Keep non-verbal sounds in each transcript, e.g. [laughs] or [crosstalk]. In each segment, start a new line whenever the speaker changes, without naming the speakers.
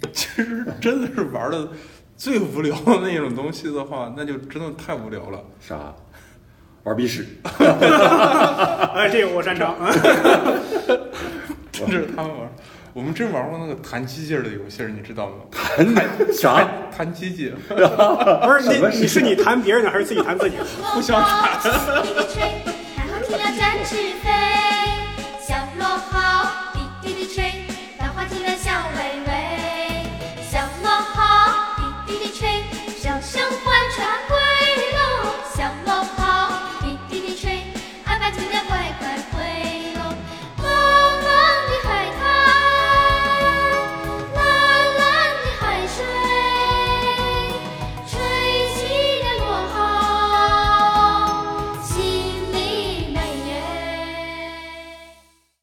[laughs] 其实真的是玩的最无聊的那种东西的话， [laughs] 那就真的太无聊了。
啥？玩鼻屎，
哎，这个我擅 [laughs] 长。
这是他们玩儿，我们真玩过那个弹机器人的游戏，你知道吗？
啥？
弹机器，
不是
什么
你，
事
你是你弹别人的还是自己弹自己？
互相
打。吹，太后听了展翅飞，小螺号滴滴滴吹，百花听了笑微微。小螺号滴滴滴吹，笑声欢传归喽。小螺号滴滴滴吹，阿爸听了快快回喽。茫茫的海滩，蓝蓝的海水，吹起了落后，心里美耶。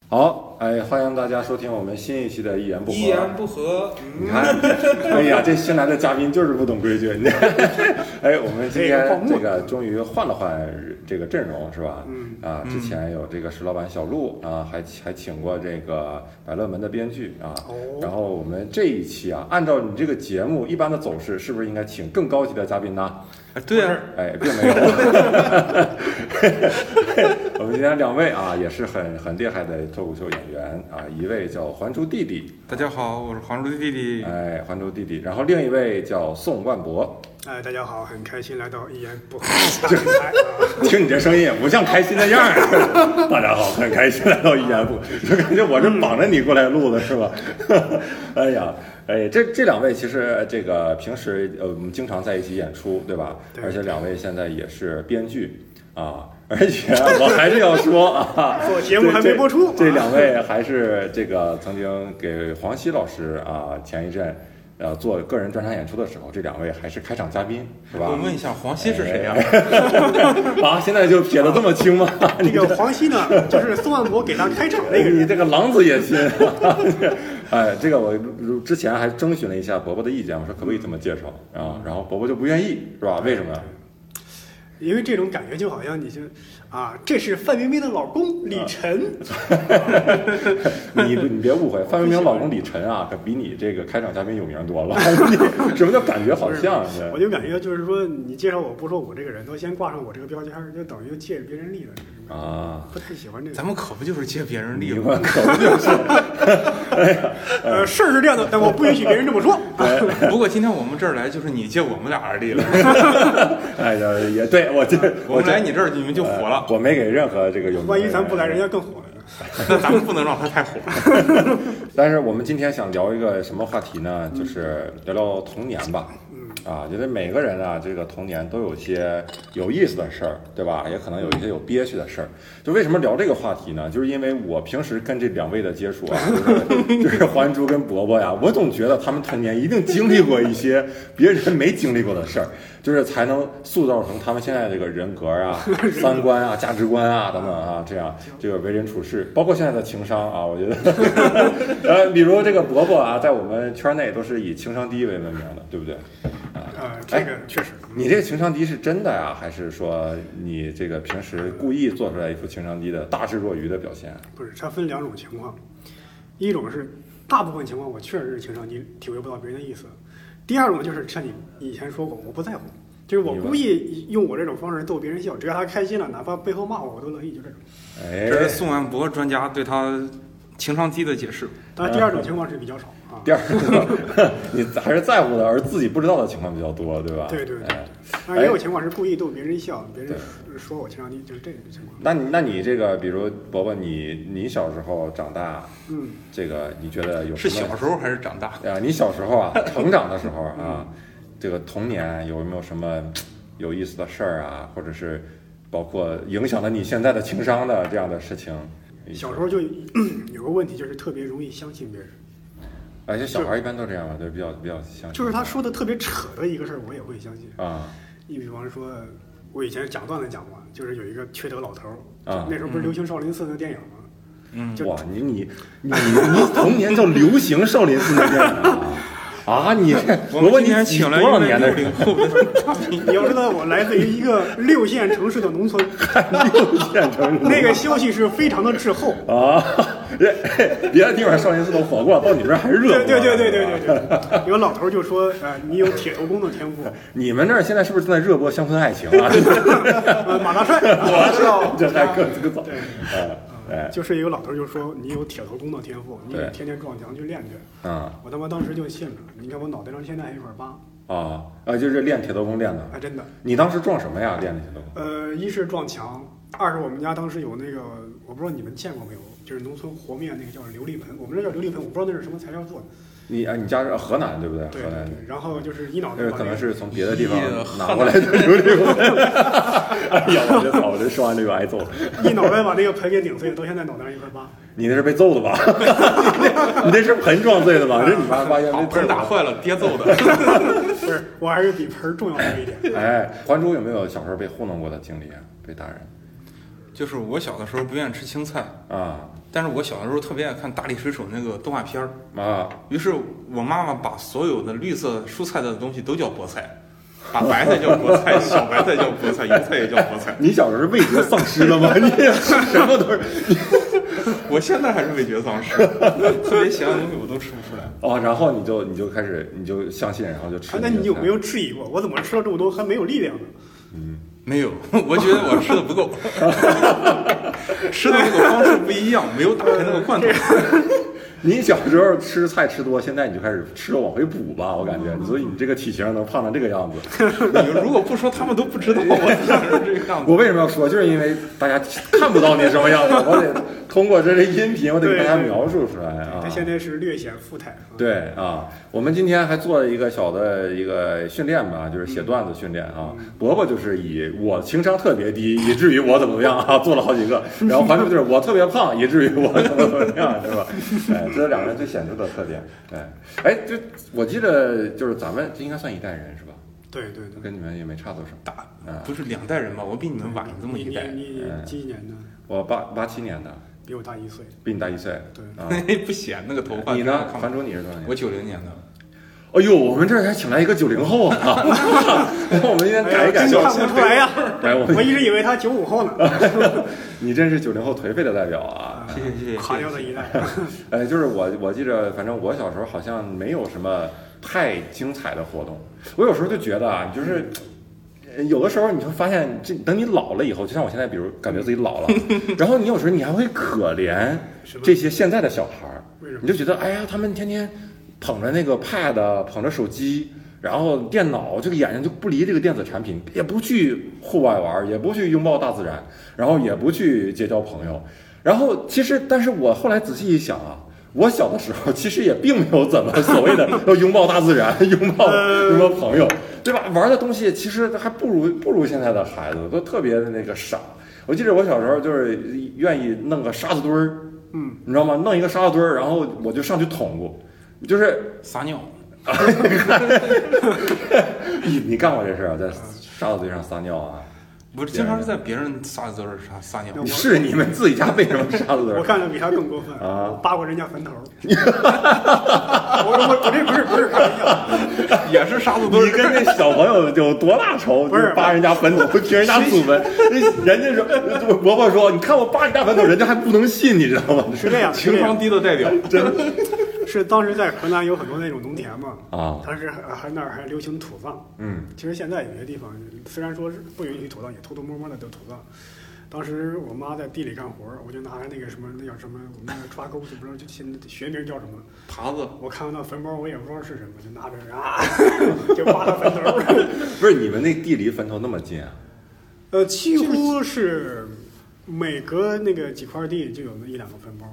好，哎，欢迎大家收听我们新一期的《一言不合》。
一言不合，嗯
你看， [laughs] 哎呀，这新来的嘉宾就是不懂规矩。 [laughs] 你看，哎，我们今天这个终于换了换这个阵容是吧？
嗯
啊，之前有这个石老板小鹿啊，还还请过这个百乐门的编剧啊。
哦
然后我们这一期啊，按照你这个节目一般的走势，是不是应该请更高级的嘉宾呢？
哎对啊，
哎，并没有。 [laughs] 我们今天两位啊，也是很很厉害的脱口秀演员啊，一位叫还珠弟弟，
大家好，我是黄叔的弟弟。
哎，还珠弟弟，然后另一位叫宋万博，
[laughs] 哎，大家好，很开心来到一言不 [laughs] 合大台 [laughs] 啊！
听你这声音也不像开心的样儿。 [laughs] 大家好，很开心来到一言不，就 [laughs] 感觉我是绑着你过来录的是吧？ [laughs] 哎呀，哎，这这两位其实这个平时呃我们经常在一起演出，对吧？
对，
而且两位现在也是编剧啊。而且我还是要说 [laughs] 啊
做节目还没播出
这这两位还是这个曾经给黄西老师啊前一阵呃做个人专场演出的时候，这两位还是开场嘉宾，是吧？
我问一下，黄西是谁呀、
啊，现在就撇得这么清吗？
这个黄西呢，就是宋万博给他开场那个
哎你
人。
这个狼子野心！
[laughs]
[laughs] 哎，这个我之前还征询了一下伯伯的意见，我说可不可以这么介绍啊？然后伯伯就不愿意，是吧？为什么？
因为这种感觉就好像你就啊，这是范冰冰的老公李 [laughs] 晨，
你你别误会，范冰冰老公李晨啊，可比你这个开场嘉宾有名多
[laughs]
了。你什么叫感觉好像？
我就感觉就是说，你介绍我不说我这个人，都先挂上我这个标签儿，就等于借着别人力了，
啊，
不太喜欢这个
咱。们可不就是借别人力
你
吗？
们可不就是
呃，事儿是这样的，但我不允许别人这么 [laughs] 说。
[laughs] 不过今天我们这儿来，就是你借我们俩的力了。
哎呀，也对我这
我们
这
来你这儿，你们就火了。
我没给任何这个有名的
万
人。
一咱不来，人家更火了呢。
那咱们不能让他太火了。
[laughs] 但是我们今天想聊一个什么话题呢？就是聊聊童年吧。
嗯，
啊，觉得每个人啊，这个童年都有些有意思的事儿，对吧？也可能有一些有憋屈的事儿。就为什么聊这个话题呢？就是因为我平时跟这两位的接触啊，就是就是还珠跟伯伯呀，我总觉得他们童年一定经历过一些别人没经历过的事儿，就是才能塑造成他们现在这个人格啊、三观啊、价值观啊等等啊，这样这个为人处事，包括现在的情商啊，我觉得。 [laughs] 呃，比如这个伯伯啊，在我们圈内都是以情商低为闻名的，对不对？
呃，这个确实，
你这个情商低是真的呀，还是说你这个平时故意做出来一副情商低的大智若愚的表现？啊
不是，它分两种情况，一种是大部分情况我确实是情商低，体会不到别人的意思；第二种就是像你以前说过，我不在乎，就是我故意用我这种方式逗别人笑，只要他开心了，哪怕背后骂我，我都乐意，就这种。
哎
这，是宋万博专家对他情商低的解释。
当然，第二种情况是比较少啊。
第二个， [laughs] 你还是在乎的，而自己不知道的情况比较多，对吧？
对对对
哎
当然，也有情况是故意逗别人笑，别人说我情商低，就是这种情况。
那你那你这个，比如伯伯，你你小时候长大，
嗯，
这个你觉得有
是
什么
小时候还是长大？
啊，你小时候啊，成长的时候啊，这个童年有没有什么有意思的事儿啊，或者是包括影响了你现在的情商的这样的事情？
小时候就有个问题，就是特别容易相信别人，
而且小孩一般都这样吧，对，比较比较相信
就是他说的特别扯的一个事儿，我也会相信。
啊，
你比方说，我以前讲段子讲过，就是有一个缺德老头儿，
啊
那时候不是流行少林寺那电影吗？ [laughs]
嗯
就
哇，你你你你童年就流行少林寺那电影啊？啊，你这
们今
问你
天请了一
多少
位
年的
六
人
零？后的嘉宾，
你要知道，我来自于一个六线城市的农村，
又变成
那个消息是非常的滞后。
啊，别别的地方少林寺都火过，到你们这儿还热锅。
对对对对对
是吧
对
[laughs]
对，有老头儿就说啊，你有铁头功的天赋，
你们那儿现在是不是正在热播《乡村爱情》啊？
[laughs]
[laughs]
呃，马大帅，我知 [laughs] 道
这太更更早。
对，
嗯，哎，
就是一个老头儿就说你有铁头功的天赋，你
对
得天天撞墙去练去。
嗯
我他妈当时就信了，你看我脑袋上现在还有一块疤，
啊啊，就是练铁头功练的。
啊，真的。
你当时撞什么呀？练的铁头功？
呃，一是撞墙，二是我们家当时有那个，我不知道你们见过没有，就是农村和面那个叫琉璃盆，我们这叫琉璃盆，我不知道那是什么材料做的。
你啊，你家是河南对不对？
对
河
对
南。
对，然后就是一脑袋
这
把
可能
个
是从别的地方拿过来的琉璃骨。 [laughs] 哎呀，我这操！我这说完这个挨揍了。
一脑袋把那个盆给顶碎了，到现在脑袋上一块疤。
你那是被揍的吧？ [laughs] 你那是盆撞碎的
啊
吧？这你妈发现
把
被揍
盆打
了。
坏了，爹揍 [laughs] 的。
不是，我还是比盆儿重要多一
[laughs]
点。
哎，还珠有没有小时候被糊弄过的经历啊？被大人
就是我小的时候不愿意吃青菜，
啊
但是我小的时候特别爱看《大力水手》那个动画片儿，
啊！
于是我妈妈把所有的绿色蔬菜的东西都叫菠菜，把白菜叫菠菜，小白菜叫菠菜，油菜也叫菠菜。
你小时候是味觉丧失了吗？你 [laughs] 什么都是
我现在还是味觉丧失，特别咸的东西我都吃不出来。
哦，然后你就你就开始你就相信，然后就吃
啊，。那你有没有？质疑过，我怎么吃了这么多还没有力量呢？
没有，我觉得我吃的不够， [laughs] 吃的那个方式不一样，没有打开那个罐头。 [laughs]
你小时候吃菜吃多，现在你就开始吃肉往回补吧，我感觉，所以你这个体型能胖成这个样子。
你如果不说，他们都不知道我小时候这个样子。
我为什么要说？就是因为大家看不到你什么样子，我得通过这些音频，我得给大家描述出来啊。
他现在是略显富态。啊，
对啊，我们今天还做了一个小的一个训练吧，就是写段子训练啊。伯伯就是以我情商特别低，以至于我怎么怎么样啊，做了好几
[laughs]
个。然后还珠就是我特别胖，以至于我怎么怎么样，是吧？哎，这是两个人最显著的特点。哎，哎，这我记得就是咱们这应该算一代人是吧？
对对对。
跟你们也没差多少。
打
啊
不是两代人吧？我比你们晚这么
你
一代，
你
嗯
你几几年的？
我八八七年的，
比我大一岁。
比你大一岁。
对 [laughs]
啊，
[laughs] 不显那个头发。
你呢？
看不
樊
出
竹，你是多少年？
我九零年的，
哎呦，我们这儿还请来一个九零
[laughs]
后啊！ [laughs] 我们今天改一改
哎呀真
小
看不出来呀！
来，哎我们
[laughs] 我一直以为他九五后呢，
[laughs] 你真是九零后颓废的代表啊！
谢谢谢谢。
垮掉的一代。
呃，就是我，我记着，反正我小时候好像没有什么太精彩的活动。我有时候就觉得啊，就是呃有的时候你会发现，这等你老了以后，就像我现在，比如感觉自己老
[laughs]
了，然后你有时候你还会可怜
什么
这些现在的小孩儿
为什么，
你就觉得哎呀，他们天天捧着那个 pad，捧着手机。然后电脑这个眼睛就不离这个电子产品，也不去户外玩儿，也不去拥抱大自然，然后也不去结交朋友。然后其实，但是我后来仔细一想啊， [laughs] 我小的时候其实也并没有怎么所谓的 [laughs] 要拥抱大自然，拥抱拥抱朋友，对吧？玩的东西其实还不如不如现在的孩子，都特别的那个傻。我记得我小时候就是愿意弄个沙子堆儿，
嗯，
你知道吗？弄一个沙子堆儿，然后我就上去捅过，就是 [laughs]
撒尿，
你你干过这事儿啊，在沙子堆上撒尿啊？
我经常是在别人撒的儿撒撒尿
那。我
你是你们自己家为什么沙子堆
我
儿？
干的比他更过分，
啊
我扒过人家坟头 [laughs] 儿。我我我这不是不是开玩笑，
[laughs] 也是沙子堆
你
儿。
跟那小朋友有多大仇？
不是
就扒人家坟头， [laughs] 听人家祖坟，人家说，伯伯说，你看我扒你家坟头，人家还不能信，你知道吗？
是这样，是
情
这
商
样，
低的代
[laughs]
表，
是当时在河南有很多那种农田嘛，
啊
当时还还那儿还流行土葬，
嗯，
其实现在有些地方虽然说是不允许土葬，也偷偷摸摸的都土葬。当时我妈在地里干活儿，我就拿那个什么那叫什么，我们那个抓钩子不知道就现在学名叫什么，
耙子
我看到那坟包我也不知道是什么，就拿着啊 [laughs] 就扒拉坟头儿。
不是你们那地离坟头那么
[laughs]
近啊？
呃，几乎是每隔那个几块地就有那一两个坟包，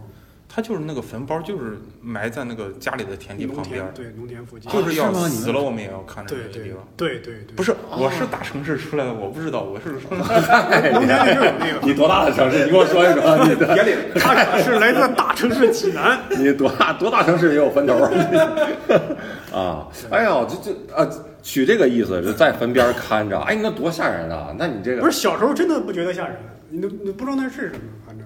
他就是那个坟包，就是埋在那个家里的田地
农
旁边
田
儿，
对农田附近，
就是要
啊是吗你们
死了我们也要看着
对
这个地
对
方。
对对对，
不是，我是大城市出来的，我不知道，我是
[laughs] 农田里就有那
[laughs] 你多大的城市？你给我说一说，你的
个，他可是来自大城市济南。
[laughs]
[laughs] 你多大多大城市也有坟头
[laughs]
儿啊？哎呀，这这啊，取这个意思就在坟边儿看着，哎，那多吓人啊！那你这个
不是小时候真的不觉得吓人，你都你不知道那是什么，反正。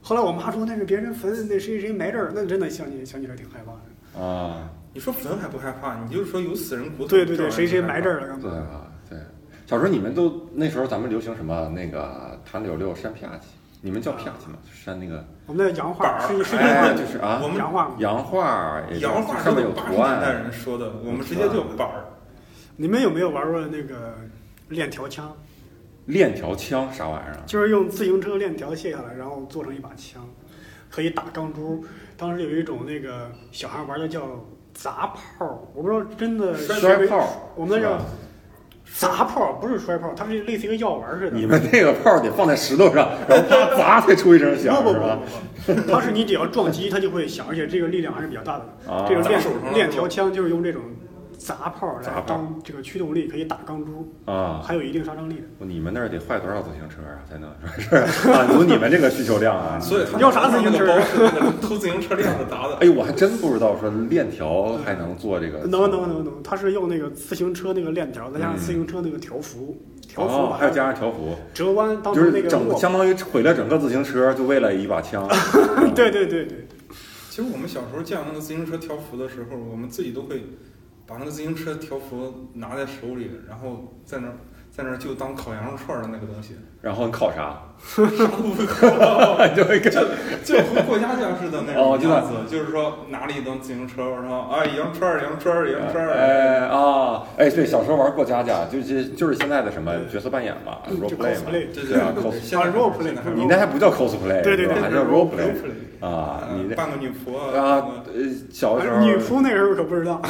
后来我妈说那是别人坟，那谁谁埋这儿，那真的想起想起来挺害怕的。
啊，
你说坟还不害怕，你就是说有死人骨头。
对对对，谁谁埋这儿了干
对
嘛？
啊，对。小时候你们都那时候咱们流行什么那个弹柳柳扇啪叽，你们叫啪叽吗？就是那个
我们的洋画
板儿
是一是一
哎，
款
就是啊
我，们
洋画嘛。
洋画，也叫
洋画
上
是
面有
八十
图
年代
案，
人说的，我们直接就板儿。
你们有没有玩过那个链条枪？
链条枪啥玩意儿啊？
就是用自行车链条卸下来，然后做成一把枪，可以打钢珠。当时有一种那个小孩玩的叫砸炮，我不知道真的
摔
是没
炮，
我们那
是
叫
吧
砸炮，不是摔炮，它是类似于跟药丸似的。
你们那个炮得放在石头上，然后啪砸才出一声响，
不不
是吧？
不不不，它是你只要撞击它就会响，而且这个力量还是比较大的。
啊
这个
砸手上了
链链条枪就是用这种砸炮
砸炮
来当这个驱动力，可以打钢珠，
啊，
还有一定杀伤力的。
你们那儿得坏多少自行车啊，才能满足你们这个需求量
[laughs]
啊？
所以他
要啥自行车啊
包是那个偷自行车链子砸的。 [laughs]
哎呦，我还真不知道说链条还能做这个。
能能能能，它是用那个自行车那个链条，再加上
嗯
自行车那个条幅，条幅
哦，
把
还要加
它
上条幅，
折弯当
就
成那
是
个
整
握
相当于毁了整个自行车，就为了一把枪。
[laughs] 对对对对，
啊
其实我们小时候见那个自行车条幅的时候，我们自己都会把那个自行车条幅拿在手里，然后在那儿在那儿就当烤羊肉串儿的那个东西，
然后你烤
[laughs]
啥？
啥都不烤，
就会
就
跟
就和过家家似的那种
哦知道
样子，就是说拿了一蹬自行车，然后哎羊串儿羊串儿羊串儿，
哎啊，哎，对，小时候玩过家家，就是就是现在的什么角色扮演嘛
嗯就
，roleplay 嘛
cosplay，
对
对啊
对，
，cos，
现在
啊，roleplay，
现在还
对
你那还不叫 cosplay，
对对
是吧还
对嗯
还
叫 roleplay
roleplay 呃
啊，你
扮个女仆
那
啊
啊，，呃，小的时候
哎女仆那时候可不知
[laughs]
道，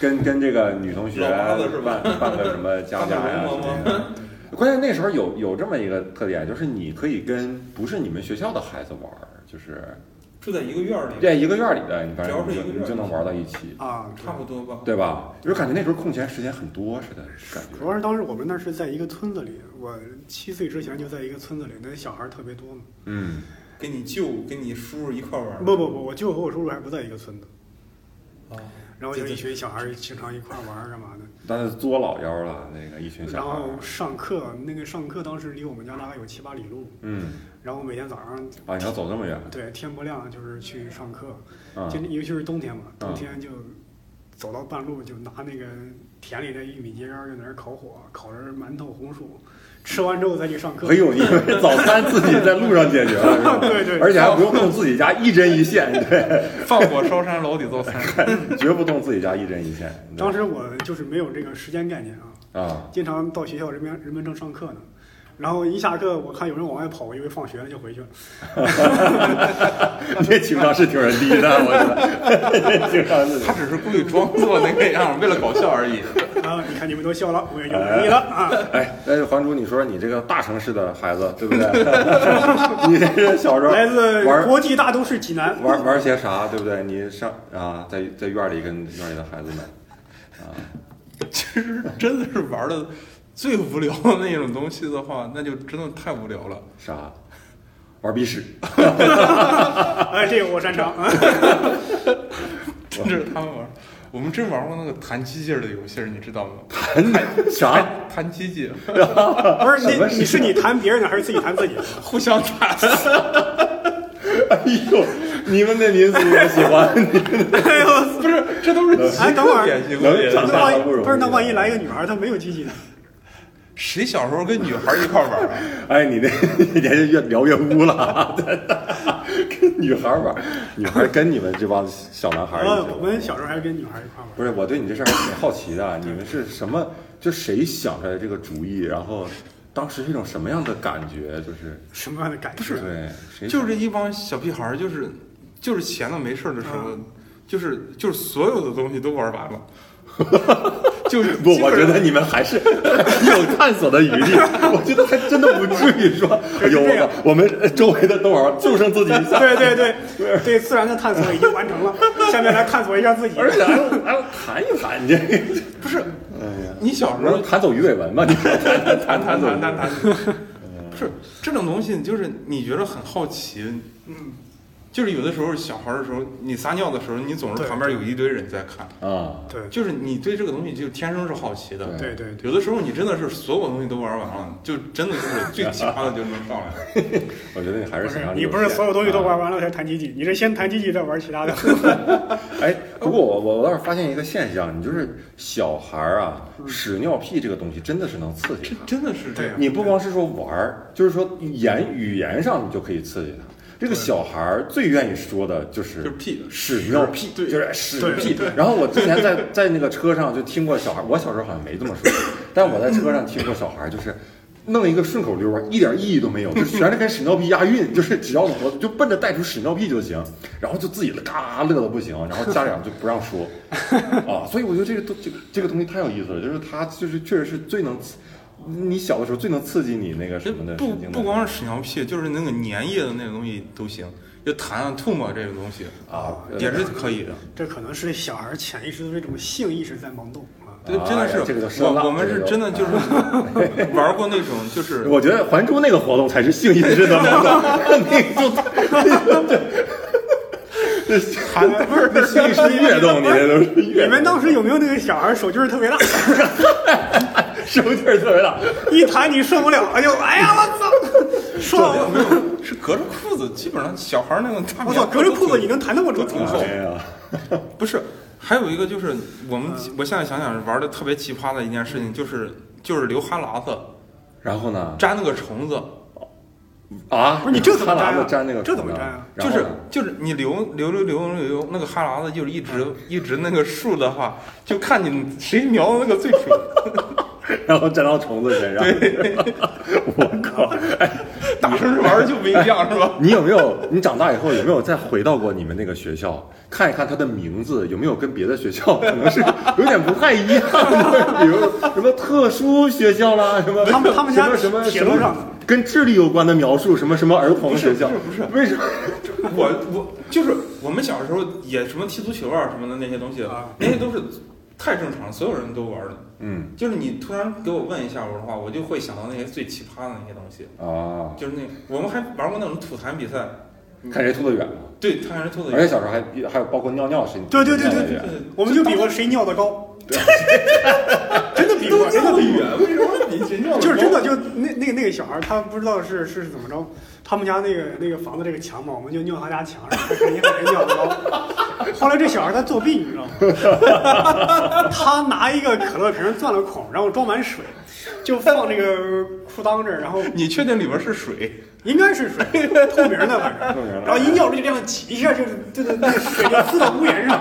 跟跟这个女同学
老妈子是吧
办办个
[laughs]
什么家家呀
扮个
什
龙
么
嬷嬷
的。关键那时候有有这么一个特点，就是你可以跟不是你们学校的孩子玩儿，就是
[laughs] 住在一个院儿里，
在一个院儿里的，你反正
嗯只
你
要
就是
一个
你
院儿
就能玩到一起，
啊，
差不多吧。
对吧？就是感觉那时候空闲时间很多似的，感觉。
主要是当时我们那是在一个村子里，我七岁之前就在一个村子里，那小孩儿特别多嘛。
嗯，
跟你舅跟你叔叔一块儿玩儿。
不不不，我舅和我叔叔还不在一个村子，
啊，
然后就一群小孩儿经常一块儿玩儿干嘛的。
但是作老妖了，那个一群
然
小孩儿
后。上课，那个上课当时离我们家大概有七八里路，
嗯，
然后每天早上
啊，你要走这么远
对天不亮就是去上课，
啊
就？尤其是冬天嘛，
嗯
冬天就走到半路就拿那个田里的玉米秸秆儿就在那儿烤火，烤着馒头红薯，吃完之后再去上课。
哎呦，你们早餐自己在路上解决了，是吧
[laughs] 对对
而且还不用动自己家一针一线，对，
放火烧山，牢底坐三
[laughs]
年。
绝不动自己家一针一线。对
当时我就是没有这个时间概念啊，
啊，
经常到学校人民人民正上课呢，然后一下课我看有人往外跑，我以为放学了就回去了。
[laughs] 你这情商是挺人低的，我觉得 [laughs] 情商是。
他只是故意装作那个样，为了搞笑而已。 [laughs]
啊，你看你们都笑了，我也就满意了啊。
哎，那还珠，你说你这个大城市的孩子，对 [laughs] 不对？你这是小时候
来
哎
自
玩
国际大都市济南，
玩玩些啥，对不对？你上啊，在在院里跟院里的孩子们啊，
其实真的是玩的最无聊的那种东西的话，那就真的太无聊了。
啥玩鼻 [laughs] 屎，
哎，这个我
[laughs]
擅长。啊
这是他们玩儿。我们真玩过那个弹机器人的游戏，你知道吗？
啥
弹弹机器，
不是
什么
你，
事
你是你弹别人的还是自己弹自
[laughs]
己的？
互相弹。 [laughs]
哎呦，你们那民族我喜欢，
哎呦，
不是，这都是极
哎等会
个
儿
典型
能
的例子
长
那
大
万一
了不容易
不是那万一来一个女孩，她没有机器呢？
谁小时候跟女孩一块玩儿啊？
哎，你这你这越聊越污了，真的 [laughs] 跟女孩玩，女孩跟你们这帮小男孩一起
啊
玩，
我们小时候还跟女孩一块玩。
不是，我对你这事儿还挺好奇的，你们是什么？就谁想出来这个主意？然后当时是一种什么样的感觉？就是
什么样的感觉？
对，谁
就
想
是一帮小屁孩儿，就是就是闲的没事儿的时候，就是就是所有的东西都玩完了，就是
不？
基
我
本
觉
上
得你们还是有探索的余地，我觉得还真的不至于说，哎呦，
这样
我我们周围的都玩完，就剩自己一
[laughs]
下。
对对对，对自然的探索已经完成了，下面来探索一下自己。
而且还要还要谈一谈，你这
不是
哎
你小时
呀，
候
谈走鱼尾纹吧？你谈谈
谈
谈
谈
走鱼
谈
尾纹
[laughs] 谈谈，不是这种东西，就是你觉得很好奇，嗯，就是有的时候小孩儿的时候，你撒尿的时候，你总是
对
旁边有一堆人在看，
啊，
对
就是你对这个东西就天生是好奇的。
对对对，
有的时候你真的是所有东西都玩完了，就真的就是最 [laughs] 奇葩的就能上来了。
我觉得你还
不
是
是
想象力
你不是
有限
所有东西都
啊
玩完了才弹几几，你是先弹几几再玩其他的。 [laughs]
哎，不过我我我倒是发现一个现象，你就是小孩儿啊，屎尿屁这个东西真的是能刺激
真
他。
真的是这样。
你不光是说玩儿，就是说言语言上你就可以刺激他。这个小孩儿最愿意说的就是
就是屁
屎尿屁，
对
就是屎
对
屁。然后我之前在在那个车上就听过小孩儿，我小时候好像没这么说，但我在车上听过小孩儿就是。弄一个顺口溜啊，一点意义都没有，就全是跟屎尿屁押韵，就是只要我就奔着带出屎尿屁就行，然后就自己嘎乐的不行，然后家长就不让说 [laughs] 啊，所以我觉得这个东这个这个东西太有意思了，就是它就是确实是最能刺，你小的时候最能刺激你那个什
这
么的
不
神经的
不光是屎尿屁，就是那个粘液的那个东西都行，就痰啊、吐沫这个东西
啊
也是可以的。
这可能是小孩潜意识的这种性意识在萌动啊。
对，
啊
真的
哎呀这个就是深了
我我们
这
是
个就
真的就是
[laughs]
玩过那种就是
我觉得《还珠》那个活动才是性意识 [laughs] 的活动，那个就 [laughs] 这含味儿，那性意识跃动，你这都是
你
跃
们
动，
当时有没有那个小孩手劲儿特别大，
手劲儿特别大。
一弹你受不了，哎呦，哎呀，我操！说
没有
我
没有是隔着裤子，基本上小孩那个
[laughs]
大
我操，
棉
隔着裤子你能弹那么准
都？挺好
哎呀，
不是，还有一个就是我们
啊
我现在想想玩的特别奇葩的一件事情，就是就是流哈喇子
然后呢？
粘那个虫子，
啊，
不是你这怎么粘啊
看喇子粘那个，
这怎么粘啊？
就
然后
是
呢
就是你流流流流流流那个哈喇子，就是一
嗯
直一直那个竖的话，就看你谁瞄的那个最准。
然后粘到虫子身上。我靠！哎，
大人玩儿就不一样是
[laughs]
吧？
你有没有？你长大以后有没有再回到过你们那个学校，看一看它的名字有没有跟别的学校可能是有点不太一样的？比如什么特殊学校啦，什么
他们他们家
什么什么
铁
什
路上
么跟智力有关的描述，什么什么儿童学校，
不是
为什么？
我我就是我们小时候也什么踢足球啊什么的那些东西，
啊
那些都是太正常了，所有人都玩儿的。
嗯
就是你突然给我问一下我的话，我就会想到那些最奇葩的那些东西。
啊，
就是那我们还玩过那种吐痰比赛，
看谁吐得远嘛。
对，看人吐的
而
哎
且小时候还还有包括尿尿是
对对对
尿得
对
远
对
我们就比过谁尿的高，
啊
[laughs] 真的比
都
过，真的
尿得
比过。
远，为什么比谁尿得
就是
高
真的，就那那个那个小孩儿，他不知道是是怎么着，他们家那个那个房子这个墙嘛，我们就尿他家墙上，看谁看谁尿得高。 [laughs] 后来这小孩儿他作弊，你知道吗？ [laughs] 他拿一个可乐瓶钻了孔，然后装满水，就放这个裤裆这儿，然后
你确定里边是水？
应该是水，透明的反
透明的
正，然后一尿就这样挤一下，就是对对，那个水就呲到屋檐上，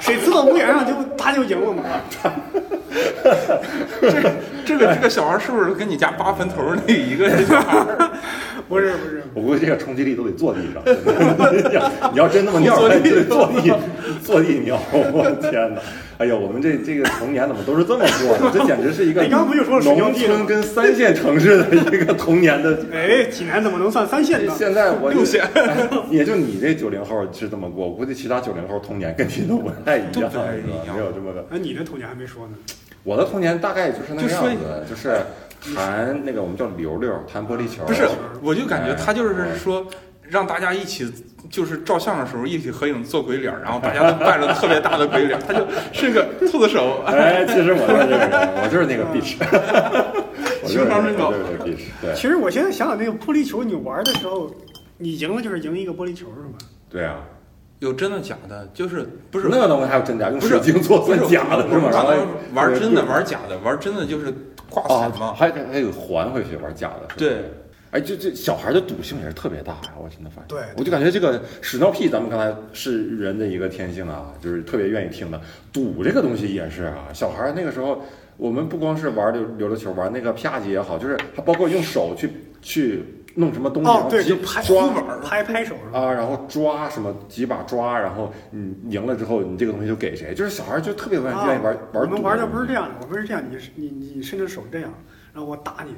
水呲到屋檐上就他就赢了嘛。
这个这个小孩是不是跟你家八坟头儿那一个小孩
[laughs]
儿？
不是不是，
我估计这个冲击力都得坐地上， [laughs] 你要你要真那么尿，
坐地
你得坐地坐地尿，我的天哪！哎呦，我们这这个童年怎么都是这么过的？这简直是一个
你刚不就说了水
农
尿屁了
村
吗
跟三线城市的一个童年的。
哎，济南怎么能算三线呢？
现在我就
六线
哎也就你这九零后是这么过，我估计其他九零后童年跟你都不太一样，
都
是吧
不太一样
没有这么个。
哎，你的童年还没说呢。
我的童年大概就是那个
就说
样子，就是弹那个我们叫溜溜，弹玻璃球。
不是，我就感觉他就是说让大家一起。就是照相的时候一起合影做鬼脸儿，然后大家都扮着特别大的鬼脸儿，他
[laughs]
就是个兔子手，
哎，其实我就是这个人，我就是
嗯
那个 bitch，我就是
情商
那
真高
个我就是那个 bitch，对
其实我现在想想，那个玻璃球，你玩的时候，你赢了就是赢一个玻璃球，是吧？
对啊，
有真的假的？就是不是
那个东西还有真假，用
不
水
是
晶做算假的
不是
吗？
我
然后
玩真的玩假的，玩真的就是挂
啊
伞，嘛。
还还有还回去玩假的，是吧
对。
哎，这这小孩的赌性也是特别大呀、我真的发现。
对
我就感觉这个屎尿屁，咱们刚才是人的一个天性啊，就是特别愿意听的。赌这个东西也是啊，小孩那个时候，我们不光是玩溜溜溜球，玩那个啪叽也好，就是还包括用手去去弄什么东西，然
哦，
后
对，
去
就拍
抓
拍拍手是吧？
啊，然后抓什么几把抓，然后你赢了之后，你这个东西就给谁，就是小孩就特别愿
啊
愿意玩玩。
我们玩的不是这，样的，我们是这样，你是你你伸着手这样，然后我打你，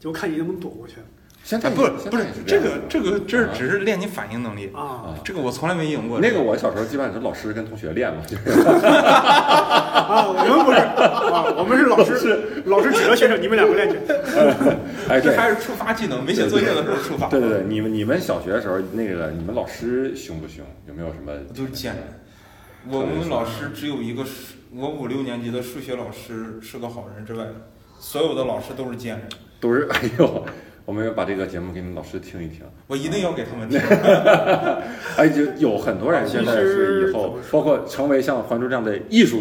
就看你能不能躲过去
现在
哎，不是不是这
样
个
的
这个，这只是练你反应能力。
啊
这个我从来没赢过。
那 [laughs] 个我小时候基本上是老师跟同学练嘛，就是
啊！我们不是啊，我们是老师，老师指着学生，你们两个练去。
哎，
这，
对
还是触发技能，没写作业的时候触发。
对对对，你们你们小学的时候，那个你们老师凶不凶？有没有什么？
就是贱人。我们老师只有一个数，我五六年级的数学老师是个好人之外，所有的老师都是贱人。
都是 [laughs] 哎呦，我们要把这个节目给你们老师听一听。
我一定要给他们听。
哎，就有很多人现在是以后，包括成为像《还珠》这样的艺术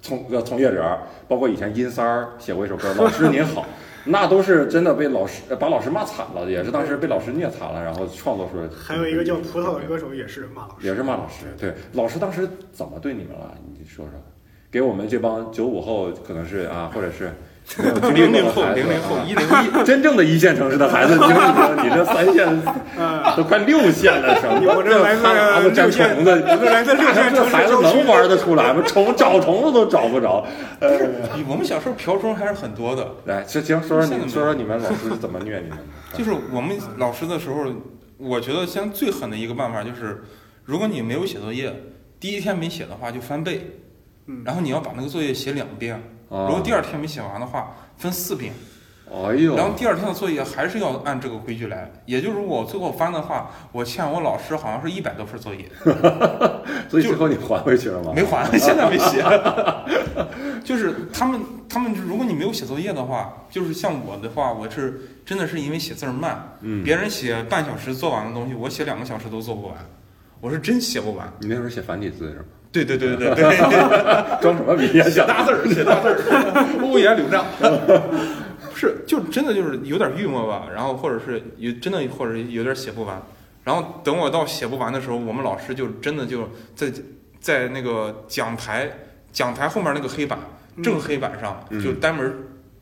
从呃从业者儿，包括以前殷三儿写过一首歌《老师您
[laughs]
好》，那都是真的被老师呃把老师骂惨了，也是当时被老师虐惨了，然后创作出来。
还有一个叫葡萄的歌手也是骂老
也
师，
是骂老师，对老师当时怎么对你们了？你说说，给我们这帮九五后可能是啊，或者是没有经
[laughs] 零
历过
零
的
后，哎
孩子
零零后
啊，
一零一。
真正的一线城市的孩子，经历过你这三线
呃，
[laughs] 都快六线了，成
我这来自
哈子粘
六线
虫子，
我这来自
[laughs]
六线
这
城市
孩子
郊区
能玩得出来吗？虫找虫子都找不着。呃，
比我们小时候瓢虫还是很多的。
来，行行，说说
现在
你，
没
说说你们老师是怎么虐你
[laughs]
们的？
就是我们老师的时候，我觉得现在最狠的一个办法就是，如果你没有写作业，第一天没写的话就翻倍，
嗯，
然后你要把那个作业写两遍，
啊
如果第二天没写完的话分四遍，
哎呦，
然后第二天的作业还是要按这个规矩来。也就是我最后翻的话，我欠我老师好像是一百多份作业，
所以最后你还回去了吗？
没还，现在没写。就是他们，他们如果你没有写作业的话，就是像我的话，我是真的是因为写字儿慢，
嗯，
别人写半小时做完的东西，我写两个小时都做不完，我是真写不完。
你那时候写繁体字是吗？ [laughs]
对对对对对，
装什么逼呀？
写大字儿，写大字儿，乌烟柳瘴。不 [laughs] 是，就真的就是有点郁闷吧，然后或者是有真的，或者有点写不完。然后等我到写不完的时候，我们老师就真的就在在那个讲台讲台后面那个黑板正黑板上
嗯
就单门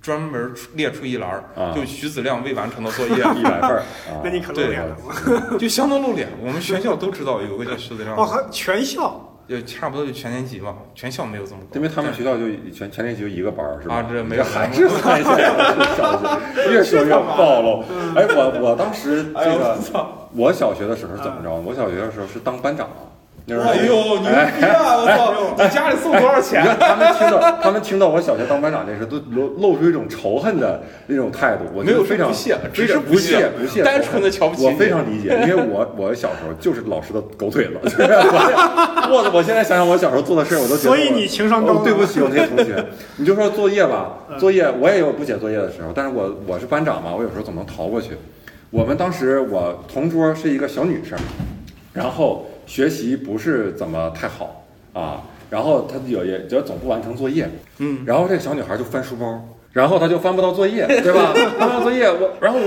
专门列出一栏儿
啊，
就徐子亮未完成的作业，
一百份儿，啊
那你可露脸了。
就相当露脸。我们全校都知道有个叫徐子亮
哦，，还全校
就差不多就全年级吧，全校没有这么高。
因为他们学校就全全年级就一个班儿，是吧？
啊这没
你还是三线少数，越说越暴露。哎，我我当时这
嗯哎呦
个
我，操！嗯
我小学的时候是怎么着？我小学的时候是当班长，那时候。
[laughs] 哎呦，牛逼啊！我操！你家里送多少
你
钱？
看他们听到，他们听到我小学当班长这事，都露露出一种仇恨的那种态度，我
没
觉得
有
非常
不屑，啊
非
只是
常不屑，不屑，
单纯的瞧不起
我
你。
非常理解，因为我我小时候就是老师的狗腿子， [laughs] 就是我我我现在想想我小时候做的事儿，我都觉得我
所以你情商高嗯
哦对不起，我那些同学，你就说作业吧，作业我也有不写作业的时候，但是我我是班长嘛，我有时候总能逃过去。我们当时我同桌是一个小女生，然后学习不是怎么太好啊，然后她有也就总不完成作业，
嗯，
然后这个小女孩就翻书包，然后她就翻不到作业，对吧？翻不到作业，我然后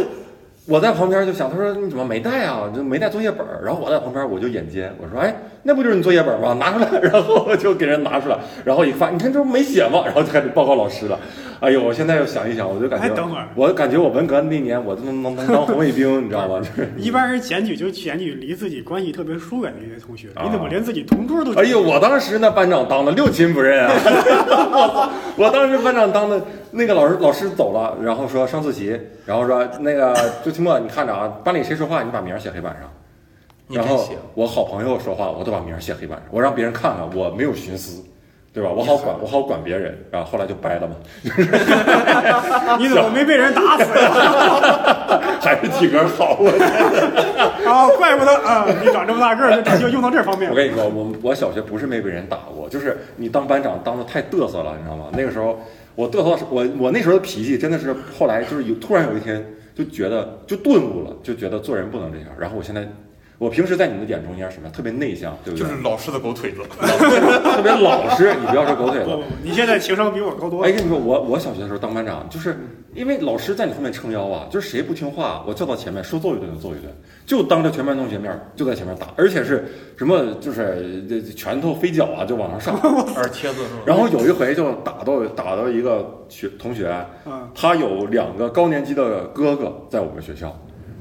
我在旁边就想，她说你怎么没带啊？就没带作业本儿。然后我在旁边我就眼尖，我说哎，那不就是你作业本吗？拿出来，然后我哎就给人拿出来，然后一发，你看这不没写吗？然后就开始报告老师了。 [laughs] 哎呦，我现在又想一想，我就感
哎
觉，
等会儿
我感觉我文革那年我都能能能当红卫兵，你知道吗？ [laughs] 就是
一般人检举就检举离自己关系特别疏远的一些同学，
啊
你怎么连自己同桌都？
[laughs] 哎呦，我当时那班长当的六亲不认啊！ [laughs] 我我当时班长当的那个老师老师走了，然后说上自习，然后说那个周清墨你看着啊，班里谁说话你把名儿写黑板上。
你
然
真
后
行。
我好朋友说话我都把名儿写黑板上，我让别人看看我没有徇私，对吧？我好管我好管别人，然后后来就掰了嘛，
[laughs] 你怎么没被人打死呀？ [laughs]
还是体格好我
啊，怪不得啊，你长这么大个儿就就用到这方面
[laughs] 我
了。
跟你说，我我小学不是没被人打过，就是你当班长当的太嘚瑟了，你知道吗？那个时候我嘚瑟是，我我那时候的脾气真的是后来就是有突然有一天就觉得就顿悟了，就觉得做人不能这样。然后我现在，我平时在你们的眼中应该是什么样？特别内向，对不
就
对？
是老式的狗腿子，
特别老实，你不要说狗腿
不
子
不。不，哦你现在情商比我高多
哎，
了。
跟你说，我我小学的时候当班长，就是因为老师在你后面撑腰啊，就是谁不听话，我叫到前面说揍一顿就揍一顿，就当着全班同学面就在前面打，而且是什么就是这这拳头飞脚啊就往上上，
[laughs] 耳贴子是吧？
然后有一回就打到打到一个学同学，
嗯，
他有两个高年级的哥哥在我们学校，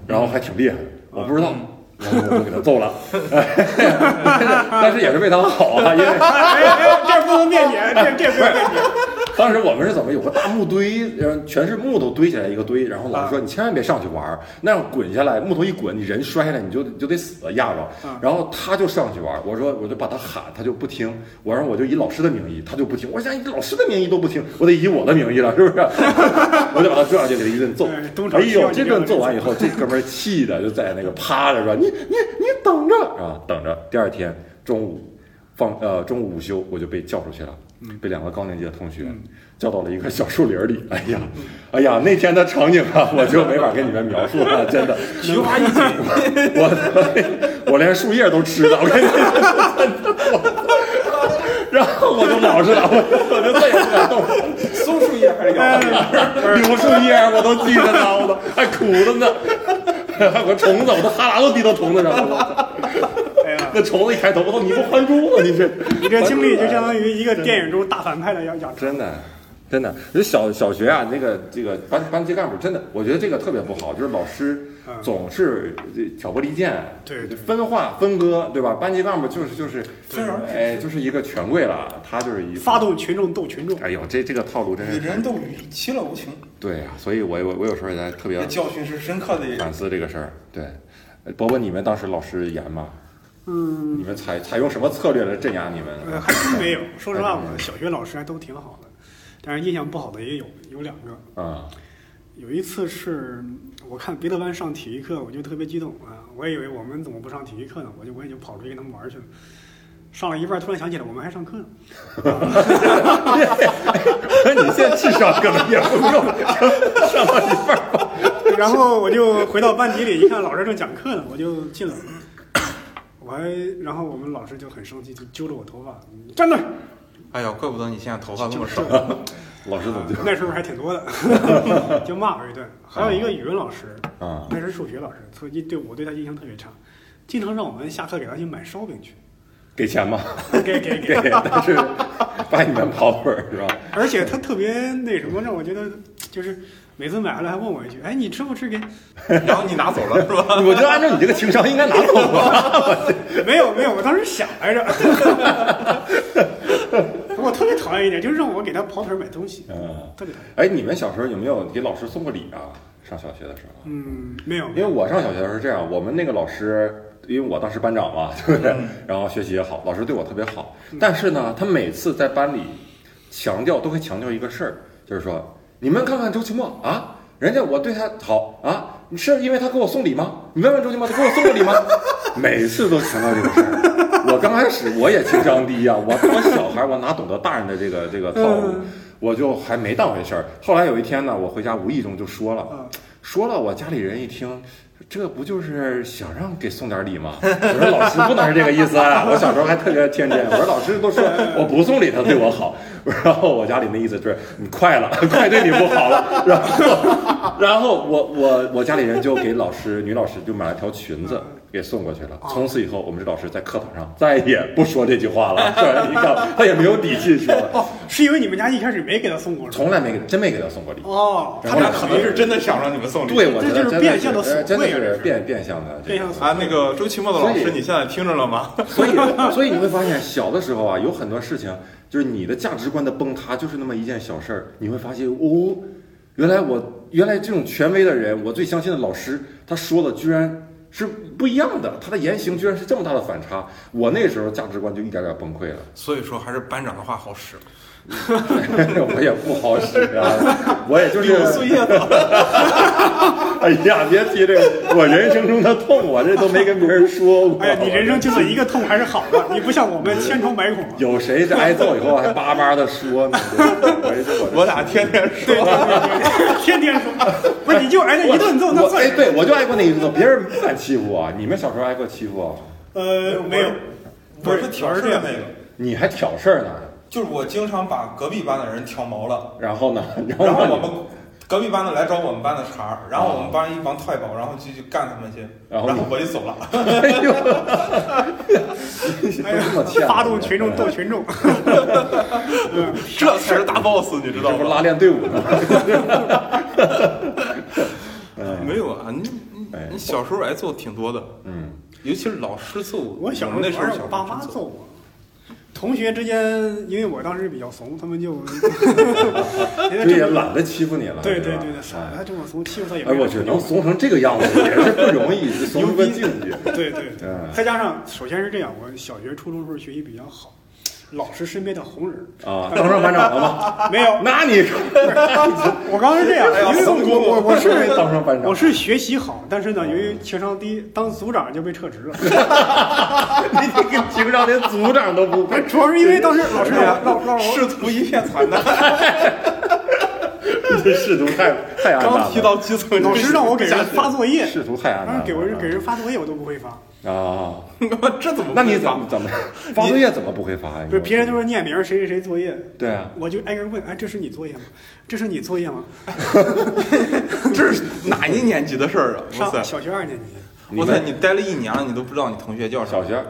然后还挺厉害，我不知道。然后我就给他揍了， [laughs] 但是也是为他好啊，因为
哎哎哎，这不能辩解，这这不能辩解。
[laughs] 当时我们是怎么有个大木堆，然后全是木头堆起来一个堆，然后老师说你千万别上去玩儿，那样滚下来，木头一滚，你人摔下来你就就得死压着
啊。
然后他就上去玩儿，我说我就把他喊，他就不听，我让我就以老师的名义，他就不听，我想以老师的名义都不听，我得以我的名义了，是不是？ [laughs] 我就把他拽上去给他一顿揍
哎东，厂
哎
需要
呦，
你
这
这样
顿
的
揍完以后，这哥们儿气的就在那个趴着说你你你等着啊，等着。第二天中午放呃中午午休，我就被叫出去了，
嗯
被两个高年级的同学叫到了一个小树林里。哎呀，哎呀，那天的场景啊，我就没法跟你们描述了，真的，
[laughs] 菊花一紧，
[laughs] 我我连树叶都吃了，我跟你说， [laughs] 然后我就老实了，我我就再也不敢动了。
松树叶还是摇树叶？
哎
柳树叶儿啊我都记着呢，我都还苦的呢。 [laughs] 我虫子，我都哈喇都滴到虫子上了。
哎呀，
那虫子一抬头，我说你不还珠吗？你这
你这经历就相当于一个电影中大反派的养养成。
真的，真的，就小小学啊，那个这个班班级干部真的，我觉得这个特别不好，就是老师
嗯
总是呃挑拨离间，
对对
分化分割，对吧？班级干部就是就是
分而治之
哎，就是一个权贵了，他就是一
发。动群众斗群众，
哎呦，这这个套路真
以
是
人斗语，其乐无穷。
对呀、所以我我我有时候也在特别
这教训是深刻的，
反思这个事儿。对，呃伯伯，你们当时老师严吗？
嗯，
你们采采用什么策略来镇压你们？
呃，还真没有。说实话，我的小学老师还都挺好的，但是印象不好的也有有两个。
啊、
有一次是 [laughs] 我看别的班上体育课，我就特别激动啊，我也以为我们怎么不上体育课呢，我就我也就跑出去跟他们玩儿去了。上了一半，突然想起来我们还上课呢。
[laughs] 你现在智商可能也不够，上到一半儿吧。
然后我就回到班级里一看，老师正讲课呢，我就进来了。我还，然后我们老师就很生气，就揪着我头发，你站那儿。
哎呦，怪不得你现在头发这么少。
老师怎么就
那时候还挺
[laughs]
多的，就骂我一顿。还有一个语文老师，
啊
那是数学老师，所以对我对他印象特别差，经常让我们下课给他去买烧饼去，
给钱吗？
给给
给，
给。
但是把你们跑腿儿是吧？
而且他特别那什么，让我觉得就是每次买回来还问我一句：“哎，你吃不吃？”给
[laughs] 然后你拿走了是吧？ [laughs]
我觉得按照你这个情商应该拿走吧。
没有没有，我当时想来着。 [laughs] 我特别讨厌一点，就是让我给他跑腿买东西，
[laughs] 嗯，
特别讨
哎，
厌。
你们小时候有没有给老师送过礼啊？上小学的时候？
嗯，没有，
因为我上小学的时候是这样，我们那个老师，因为我当时班长嘛，对不对？然后学习也好，老师对我特别好。但是呢，他每次在班里强调，都会强调一个事儿，就是说，你们看看周奇墨啊，人家我对他好啊，你是因为他给我送礼吗？你问问周奇墨，他给我送过礼吗？ [laughs] 每次都强调这个事儿。我刚开始我也情商低呀、我我小孩儿我哪懂得大人的这个这个套路，我就还没当回事儿。后来有一天呢，我回家无意中就说了，
嗯
说了，我家里人一听，这不就是想让给送点礼吗？我说老师不能是这个意思啊！ [laughs] 我小时候还特别天真，我说老师都
[laughs]
说我不送礼，他对我好。然后我家里那意思就是你快了， [laughs] 快对你不好了。然后，然后我我我家里人就给老师女老师就买了条裙子。给送过去了。
哦
从此以后，我们这老师在课堂上再也不说这句话了。这一看，他也没有底气说了，
是因为你们家一开始没给他送过是吧
从来没给，真没给他送过礼。
哦，他
然
俩
后
可能是真的想让你们送礼。
对，我觉得
这就是
真
变相的
是呃
索
真的
贿啊这
是
是
变变相的这
变
个
相。
啊，那个周奇墨的老师，你现在听着了吗？
所以， [laughs] 所以你会发现，小的时候啊，有很多事情，就是你的价值观的崩塌，就是那么一件小事儿，你会发现，哦，原来我原来这种权威的人，我最相信的老师，他说的居然是不一样的，他的言行居然是这么大的反差，我那时候价值观就一点点崩溃了， [laughs]
所以说还是班长的话好使，
我也不好使啊，我也就是
柳树
[laughs]
叶子。
哎呀，别提这个，我人生中的痛，我这都没跟别人说过。
哎呀，你人生就此一个痛还是好的，你不像我们千疮百孔啊。
有谁这挨揍以后还叭叭的说呢？ [laughs] 我这我这
我俩天天说，
对对对， [laughs] 天天说，不是你就挨那一顿揍，那
我
算
哎，
什么？
对我就挨过那一顿揍，别人不敢欺负我。你们小时候挨过欺负啊？
呃，没有，
不是挑事儿那个，
你还挑事儿呢？
就是我经常把隔壁班的人挑毛了，
然后呢？然后
然后
呢
我们隔壁班的来找我们班的茬儿，然后我们班一帮太保，然后就去干他们去，
然后
然
你
后我就走
[laughs]
了。
哎呦，你
哎呀
这么欠，
发动群众斗群众。
这才是大 boss，你知
这
道
不是
吗？
拉练队伍
[laughs]
呢？
[laughs] 没有啊，你你
哎
你小时候挨揍挺多的，
嗯，
尤其是老师揍。
我小时候
那时候
主要是
小
我
时
爸
候
妈
真揍，
揍我，同学之间，因为我当时比较怂，
[laughs]
他们就，人家
这也
这么
懒得欺负你了，
对
对
对
吧
对对，啊傻
哎
他这么怂，欺负他也没
哎，我
人
去，
要
能怂成这个样子也是不容易，怂出个境界。
对对对
嗯，
再加上首先是这样，我小学、初中时候学习比较好，老师身边的红人
啊，当上班长了吗？
没有。
那你
我刚是这样，
哎呀
因为
怂
我我我是
当上班长嗯
我是学习好，但是呢，由于情商低，当组长就被撤
[laughs]
职了。
你这个警长连组长都不配，
主要是因为当时老师
哎
哎
让让让我
仕途一片
[laughs]
惨淡。
这仕途太太暗淡了。
刚提到基层，
老师让我给人发作业，
仕途太暗
当
淡
时
了。
啊给我给人发作业我都不会发，
啊，
[laughs] 这怎么？
那你怎么？怎么发作业怎么不会发呀？
不是别人都是念名儿谁谁谁作业，
对啊，
我就挨个问，哎，这是你作业吗？这是你作业吗？
这是哪一年级的事儿啊？哇
上
塞！
小学二年级，
哇塞！你待了一年了，你都不知道你同学叫啥
小学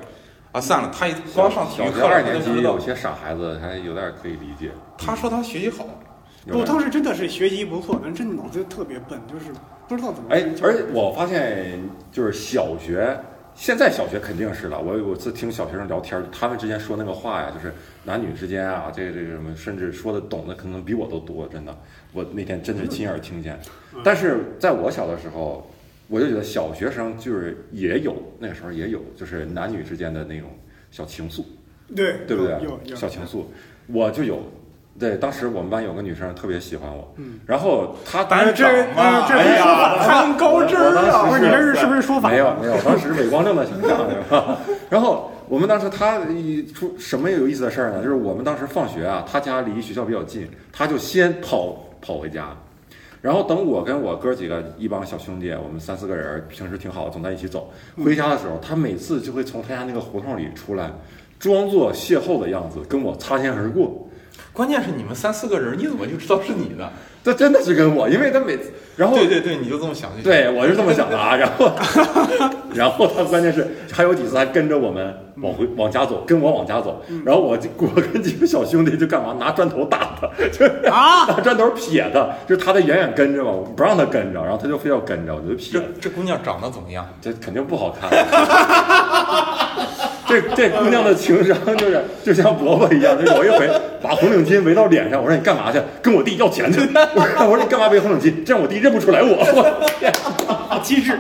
啊？算了，他一光上体
小
育
学
课
二
了，他都
年
不
级
知道
有。些傻孩子还有点可以理解。
他说他学习好，
有
我
点
当时真的是学习不错，但真的脑子特别笨，就是不知道怎么。
哎，而且我发现就是小学，现在小学肯定是了。我有次听小学生聊天，他们之间说那个话呀，就是男女之间啊，这个这个什么，甚至说的懂得可能比我都多，真的。我那天真是亲耳听见。
嗯
但是在我小的时候，我就觉得小学生就是也有那时候也有，就是男女之间的那种小情愫。
对
对不对？
有有
小情愫，我就有。对，当时我们班有个女生特别喜欢我，
嗯，
然后她当
班
时
这这
长嘛
这
哎
是
呀
说法，攀高枝
我
儿
当
啊！
时
不是你这是
是
是不是说法？
没有没有，当时伪光正的形象。是吧 [laughs] 然后我们当时他一出什么有意思的事儿呢？就是我们当时放学啊，他家离学校比较近，他就先跑跑回家，然后等我跟我哥几个一帮小兄弟，啊我们三四个人，平时挺好，总在一起走。
嗯
回家的时候，他每次就会从他家那个胡同里出来，装作邂逅的样子，跟我擦肩而过。
关键是你们三四个人，你怎么就知道是你的？
这真的是跟我，因为他每次，然后
对对对，你就这么想就行。
对，我是这么想的啊。然后， [laughs] 然后他关键是还有几次还跟着我们往回往家走，跟我往家走。然后我就我跟几个小兄弟就干嘛拿砖头打他，就是
啊
拿砖头撇他，就是他在远远跟着嘛，我不让他跟着，然后他就非要跟着，我就撇他
这。这姑娘长得怎么样？
这肯定不好看。 [laughs] 这这姑娘的情商就是就像伯伯一样，就有一回把红领巾围到脸上，我说你干嘛去？跟我弟要钱去。 [laughs] 我说我说你干嘛围红领巾？这样我弟认不出来
[laughs]
我。我天
啊机智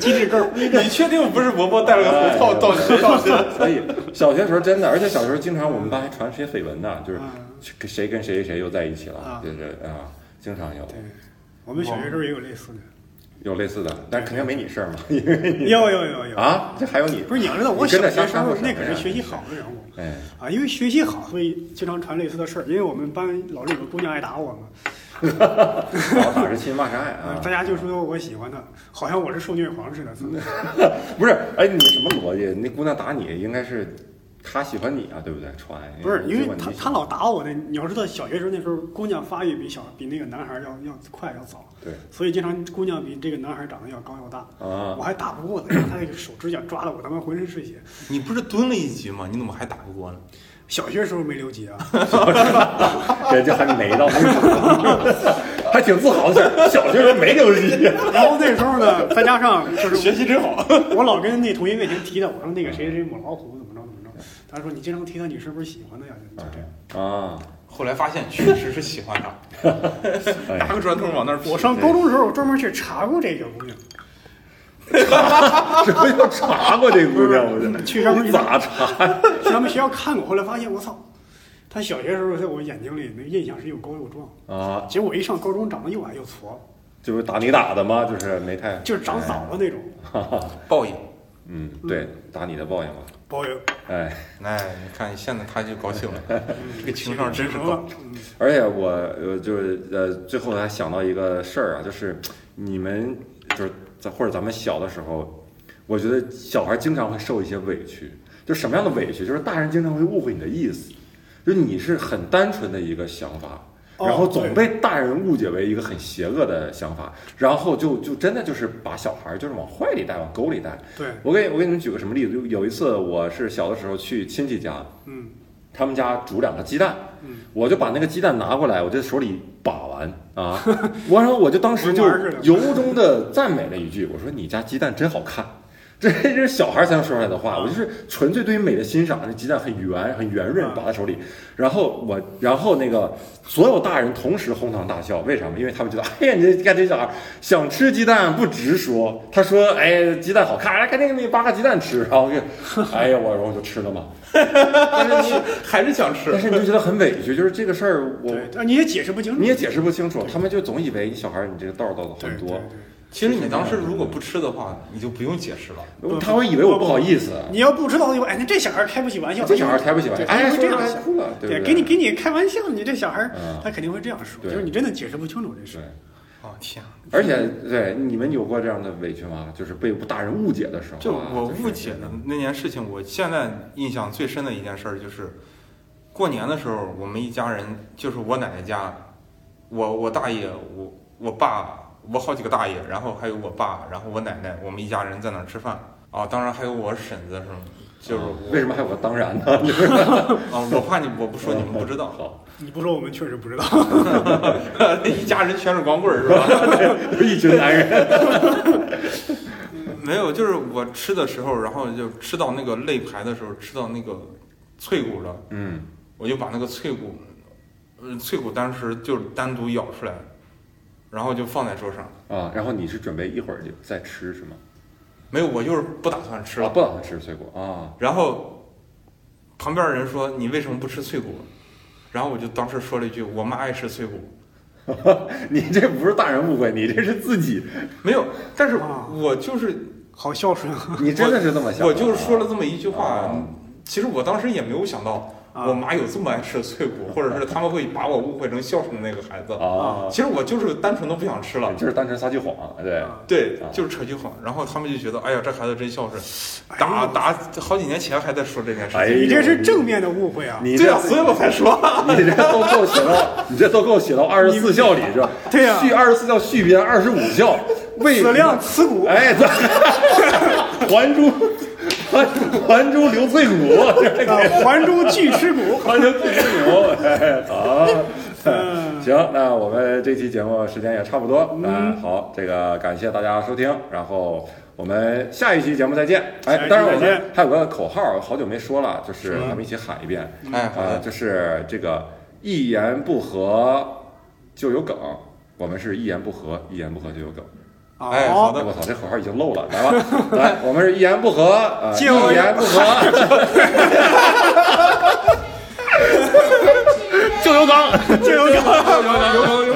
机智够。
[laughs] 你确定不是伯伯戴
哎
了个头套到你身上去？
[laughs] 所以小学时候真的，而且小时候经常我们班还传些绯闻呢，就是
嗯
跟谁跟谁谁又在一起了
啊，
就是啊，经常有
[laughs] 对，我们小学时候也有类似的，
有类似的，但肯定没你事儿嘛，因为你
[laughs] 有有有有。
啊，这还有你
不是你知道，我
跟
小
着
学
相
时
差
候
过什么
那
呀
可是学习好的人物
哎
啊，因为学习好，所以经常传类似的事儿。因为我们班老是有个姑娘爱打我嘛，
老打是亲骂是爱啊，
呃大家就说我喜欢她，好像我是受虐狂似的。
不是，哎，你什么逻辑？那姑娘打你，应该是她喜欢你啊，对不对？穿
不是，因为她她
她
老打我呢。你要知道，小学时候那时候姑娘发育比小比那个男孩要要快要早，
对
所以经常姑娘比这个男孩长得要高要大。
啊
我，还打不过她，她那个手指甲抓的我他妈浑身是血。
[laughs] 你不是蹲了一级吗？你怎么还打不过呢？
小学时候没留级啊，
人家还没到，还挺自豪的事儿。小学时候没留级，
然后那时候呢，再加上就是
学习真好。
我老跟那同学面前提他，我说那个谁谁谁母老虎怎么着怎么着，他说你经常提他，你是不是喜欢他呀？就就这样。
哎啊，
后来发现确实是喜欢 [laughs] 他，
哎
拿个砖头往那儿劈。
我上高中的时候，我专门去查过这个姑娘，
这要查过这姑娘，我这
去上面
你咋查呀？
去他们学校看过，后来发现我操，她小学时候在我眼睛里那印象是又高又壮，
啊，
结果一上高中长得又矮又矬，
这不是打你打的吗？就是没太，
就是长早了那种。
报应。
嗯，对，打你的报应嘛。
包邮，
哎，
哎，你看现在他就高兴了， [laughs] 这个情商真是高
了。。嗯
而且我呃就是呃最后还想到一个事儿啊，就是你们就是在或者咱们小的时候，我觉得小孩经常会受一些委屈，就什么样的委屈？就是大人经常会误会你的意思，就你是很单纯的一个想法。
哦
然后总被大人误解为一个很邪恶的想法，然后就就真的就是把小孩就是往坏里带，往沟里带。
对，
我给我给你们举个什么例子？就有一次我是小的时候去亲戚家，
嗯
他们家煮两个鸡蛋，
嗯，
我就把那个鸡蛋拿过来，我就手里把玩
[laughs]
啊，我然后我就当时就
跟玩儿似的
由衷的赞美了一句，我说你家鸡蛋真好看。 [laughs] 这这是小孩才能说出来的
啊
话。我就是纯粹对于美的欣赏，那鸡蛋很圆很圆润
啊，
把在手里，然后我，然后那个所有大人同时哄堂大笑，为什么？因为他们觉得，哎呀，你这看这小孩想吃鸡蛋不直说，他说，哎，鸡蛋好看，来赶紧给你扒个鸡蛋吃，然后
[laughs]
就，哎呀，我然后就吃了嘛。但是你，
还是想吃
但。是你就觉得很委屈，就是这个事儿，我
对，但你也解释不清楚。
你也解释不清楚，他们就总以为你小孩儿你这个道儿道的
对
很
对
多
对，，
其实你当时如果不吃的话，你就不用解释了。
对
他会以为我不好意思。
你要不知道的话，哎，那这小孩开不起玩笑，
这小孩儿开不起玩笑，
对他
哎，
就会
说
这
出
样
来
想。
哭了，对不
给你给你开玩笑，你这小孩儿
嗯
他肯定会这样说，
对
就是你真的解释不清楚这事
对
儿。，
啊天啊！
而且对你们有过这样的委屈吗？就是被大人误解的时候啊，
就我
就是啊
误解的那件事情，我现在印象最深的一件事儿就是，过年的时候，我们一家人，就是我奶奶家，我我大爷，我我爸，我好几个大爷，然后还有我爸，然后我奶奶，我们一家人在那儿吃饭啊，当然还有我婶子什么，就是
啊
我
为什么还有个当然呢？ [laughs] 就是
啊，我怕你我不说你们不知道，
好，
你不说我们确实不知道。 [laughs]
[laughs] 一家人全是光棍儿是吧？ [laughs]
一群男人，
没有，就是我吃的时候，然后就吃到那个肋排的时候，吃到那个脆骨了。
嗯，
我就把那个脆骨，嗯、脆骨当时就单独咬出来，然后就放在桌上。
啊，然后你是准备一会儿就再吃是吗？
没有，我就是不打算吃
啊，
了。
不打算吃脆骨啊，
然后旁边人说：“你为什么不吃脆骨？”然后我就当时说了一句：“我妈爱吃脆骨。
你这不是大人误会，你这是自己，”
没有，但是
啊
我就是
好孝顺啊！
你真的是这么想的啊？
我就是说了这么一句话
啊。
其实我当时也没有想到
啊
我妈有这么爱吃脆骨，或者是他们会把我误会成孝顺的那个孩子。
啊，
其实我就是单纯的不想吃了
你。啊就是单纯撒句谎，对，
对
啊，
就是扯就谎，然后他们就觉得，哎呀，这孩子真孝顺，
哎
打
呦
打好几年前还在说这件事
哎
情，
呦
你这是正面的误会啊！
你
对
这
啊，所以我才说，
你这都够写到， [laughs] 你这都够写到二十四孝里是 [laughs] 吧？
对呀
续二十四孝续编二十五孝， [laughs] 为
此量此骨
哎，咱 [laughs] 还珠，还还珠留翠骨，这
啊，还珠巨尸骨。
还珠留翠骨，哎，好。
嗯
[laughs] 行，那我们这期节目时间也差不多，那好，这个感谢大家收听，然后我们下一期节目再见。
下一
哎，
期
当然我们
再见
还有个口号，好久没说了，就是咱们一起喊一遍。
哎，好
呃，
的，
就是这个一言不合就有梗，我们是一言不合，一言不合就有梗。
哎好
哦
的
哎我操，这口号已经漏了，来吧，来，我们是一言不合，呃，
就有
一言不合
Thank you.
就有梗，就有梗，就有梗，有梗。